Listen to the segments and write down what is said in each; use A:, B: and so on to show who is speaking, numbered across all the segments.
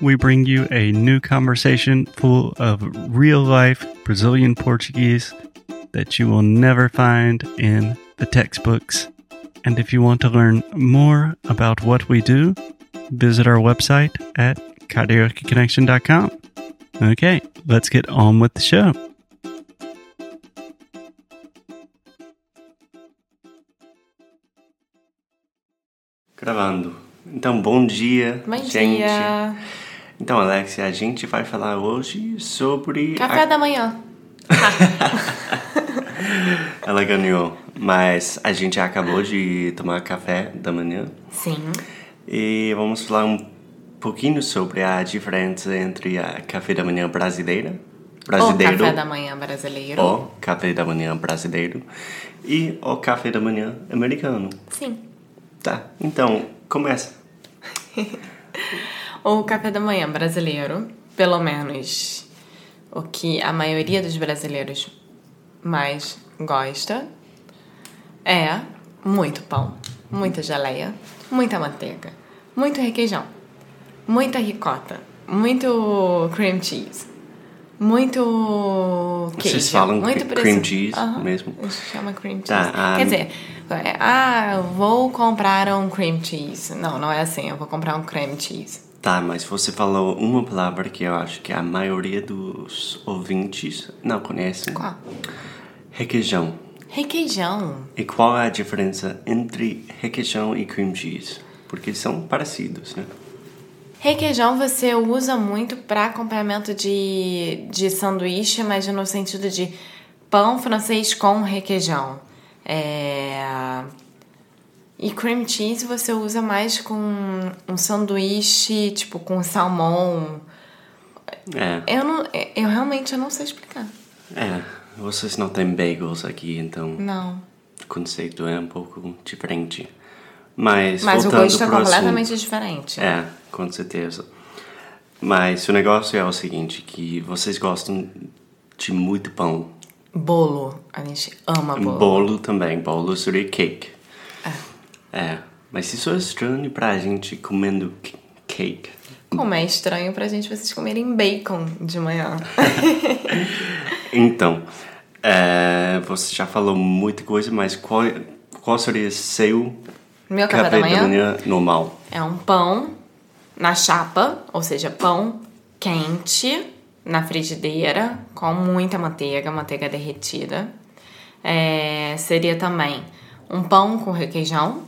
A: we bring you a new conversation full of real life Brazilian Portuguese that you will never find in the textbooks. And if you want to learn more about what we do, visit our website at cariocaconnection.com. Okay, let's get on with the show. Gravando. Então, bom dia,
B: Bom
A: gente.
B: dia.
A: Então, Alex, a gente vai falar hoje sobre.
B: Café
A: a-
B: da manhã.
A: Ela ganhou, mas a gente acabou de tomar café da manhã
B: Sim.
A: e vamos falar um pouquinho sobre a diferença entre a café da manhã brasileira,
B: Ou
A: brasileiro,
B: café da manhã brasileiro.
A: o café da manhã brasileiro e o café da manhã americano.
B: Sim.
A: Tá, então começa.
B: Ou um café da manhã brasileiro, pelo menos o que a maioria dos brasileiros mais gosta é muito pão, muita geleia, muita manteiga, muito requeijão, muita ricota, muito cream cheese, muito queijo,
A: Vocês falam
B: muito
A: cre- cream
B: presunto.
A: cheese
B: Aham.
A: mesmo?
B: Chama cream cheese.
A: Tá, ah,
B: Quer dizer, é, ah, vou comprar um cream cheese. Não, não é assim, eu vou comprar um cream cheese.
A: Tá, mas você falou uma palavra que eu acho que a maioria dos ouvintes não conhecem.
B: Qual?
A: Requeijão.
B: Requeijão.
A: E qual é a diferença entre requeijão e cream cheese? Porque são parecidos, né?
B: Requeijão você usa muito para acompanhamento de, de sanduíche, mas no sentido de pão francês com requeijão. É, E cream cheese você usa mais com um sanduíche, tipo com salmão.
A: É.
B: Eu, não, eu realmente eu não sei explicar.
A: É. Vocês não têm bagels aqui, então
B: Não.
A: o conceito é um pouco diferente. Mas,
B: Mas o
A: voltando
B: gosto é
A: pro
B: completamente
A: assunto,
B: diferente.
A: É, com certeza. Mas o negócio é o seguinte, que vocês gostam de muito pão.
B: Bolo. A gente ama bolo. Ah.
A: Bolo também, bolo seria cake. É. Mas isso é estranho pra gente comendo c- cake.
B: Como é estranho pra gente vocês comerem bacon de manhã.
A: Então, é, você já falou muita coisa, mas qual, qual seria seu
B: Meu café, da, manhã
A: normal?
B: é um pão na chapa, ou seja, pão quente na frigideira com muita manteiga, manteiga derretida. É, seria também um pão com requeijão,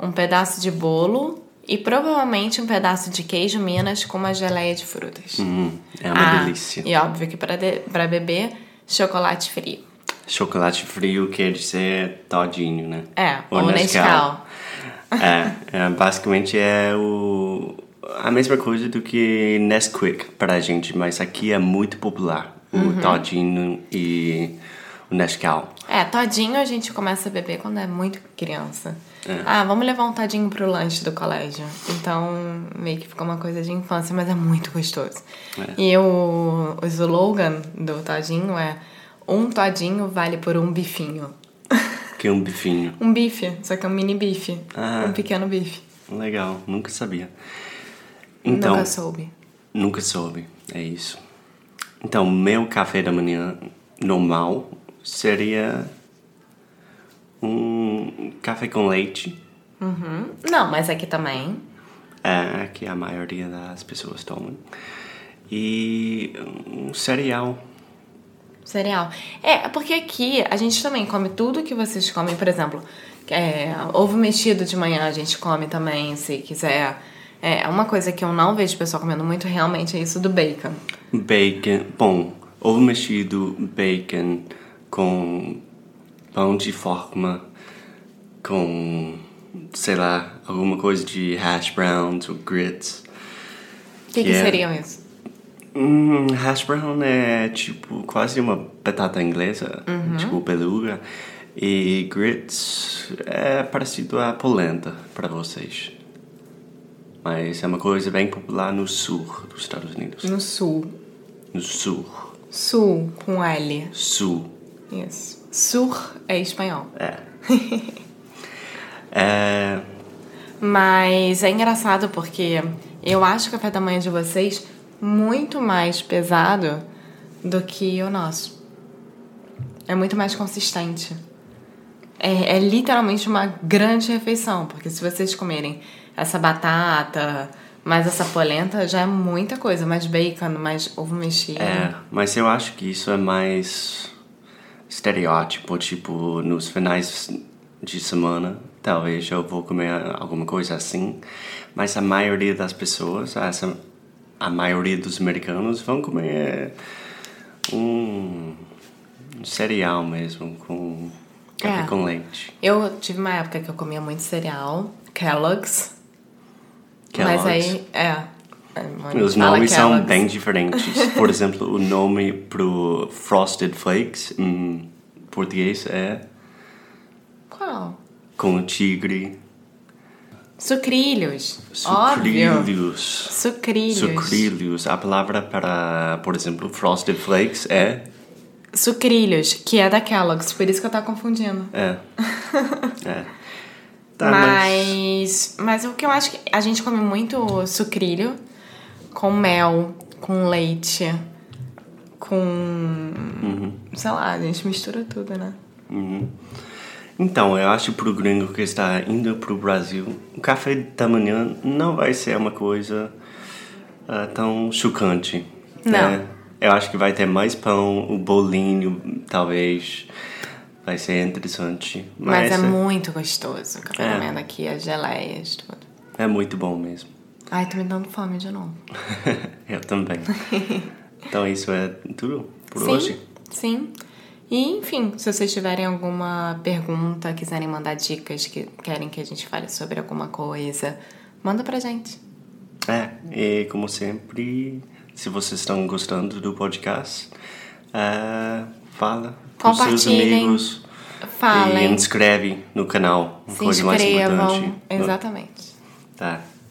B: um pedaço de bolo e provavelmente um pedaço de queijo minas com uma geleia de frutas.
A: Hum, é uma
B: Ah,
A: delícia.
B: E óbvio que pra, de- pra beber, chocolate frio.
A: Chocolate frio quer dizer todinho, né?
B: É, ou Nescau.
A: É, é, basicamente é o, a mesma coisa do que Nesquik pra gente, mas aqui é muito popular. O
B: Uhum.
A: todinho e o Nescau.
B: É, todinho a gente começa a beber quando é muito criança.
A: É.
B: Ah, vamos levar um todinho pro lanche do colégio. Então, meio que ficou uma coisa de infância, mas é muito gostoso.
A: É.
B: E o, o slogan do todinho é um todinho vale por um bifinho.
A: Que é um bifinho.
B: um bife, só que é um mini bife.
A: Ah.
B: Um pequeno bife.
A: Legal, nunca sabia. Então,
B: Nunca soube.
A: Nunca soube, é isso. Então, meu café da manhã normal seria um café com leite.
B: Uhum. Não, mas aqui também.
A: É, que a maioria das pessoas tomam. E um cereal.
B: Cereal. É, porque aqui a gente também come tudo que vocês comem, por exemplo, é, ovo mexido de manhã a gente come também, se quiser. É uma coisa que eu não vejo pessoal comendo muito realmente é isso do bacon.
A: Bacon. Bom, ovo mexido, bacon com pão de forma, com, sei lá, alguma coisa de hash browns ou grits.
B: O que, que
A: Yeah.
B: seriam isso?
A: Hum, hash brown é tipo quase uma batata inglesa, tipo beluga. E grits é parecido à polenta para vocês. Mas é uma coisa bem popular no sul dos Estados Unidos.
B: No sul.
A: No sul.
B: Sul com L.
A: Sul.
B: Isso. Sur é espanhol.
A: É. é.
B: Mas é engraçado porque eu acho o café da manhã de vocês muito mais pesado do que o nosso. É muito mais consistente. É, é literalmente uma grande refeição, porque se vocês comerem essa batata, mais essa polenta, já é muita coisa. Mais bacon, mais ovo mexido.
A: É, mas eu acho que isso é mais estereótipo, tipo, nos finais de semana, talvez eu vou comer alguma coisa assim, mas a maioria das pessoas, essa, a maioria dos americanos vão comer um, um cereal mesmo, com café
B: É.
A: com leite.
B: Eu tive uma época que eu comia muito cereal, Kellogg's.
A: Kellogg's.
B: Mas aí, é. a gente
A: Os
B: fala
A: nomes são
B: Kellogg's.
A: bem diferentes. Por exemplo, o nome pro Frosted Flakes em português é
B: Qual?
A: com o tigre,
B: Sucrilhos. Óbvio.
A: sucrilhos.
B: Sucrilhos.
A: Sucrilhos. A palavra para, por exemplo, Frosted Flakes é.
B: Sucrilhos, que é da Kellogg's, por isso que eu tava confundindo.
A: É. é.
B: Tá, mas, mas o que eu acho que a gente come muito sucrilho com mel, com leite, com. Sei lá, a gente mistura tudo, né?
A: Então, eu acho pro gringo que está indo pro Brasil, o café da manhã não vai ser uma coisa ah, tão chocante.
B: Não.
A: né? Eu acho que vai ter mais pão, o bolinho, talvez. Vai ser interessante.
B: Mas,
A: Mas,
B: é, muito gostoso. O café da
A: É.
B: manhã daqui, as geleias, tudo.
A: é muito bom mesmo.
B: Ai, tô me dando fome de novo.
A: eu também. então, isso é tudo por
B: sim,
A: hoje.
B: Sim. E, enfim, se vocês tiverem alguma pergunta, quiserem mandar dicas, que querem que a gente fale sobre alguma coisa, manda pra gente.
A: É, e como sempre, se vocês estão gostando do podcast, ah, fala com seus
B: Compartilhem,
A: amigos e
B: Falem,
A: inscreve no canal, uma
B: se
A: coisa mais importante. né?
B: inscrevam. Exatamente.
A: Tá.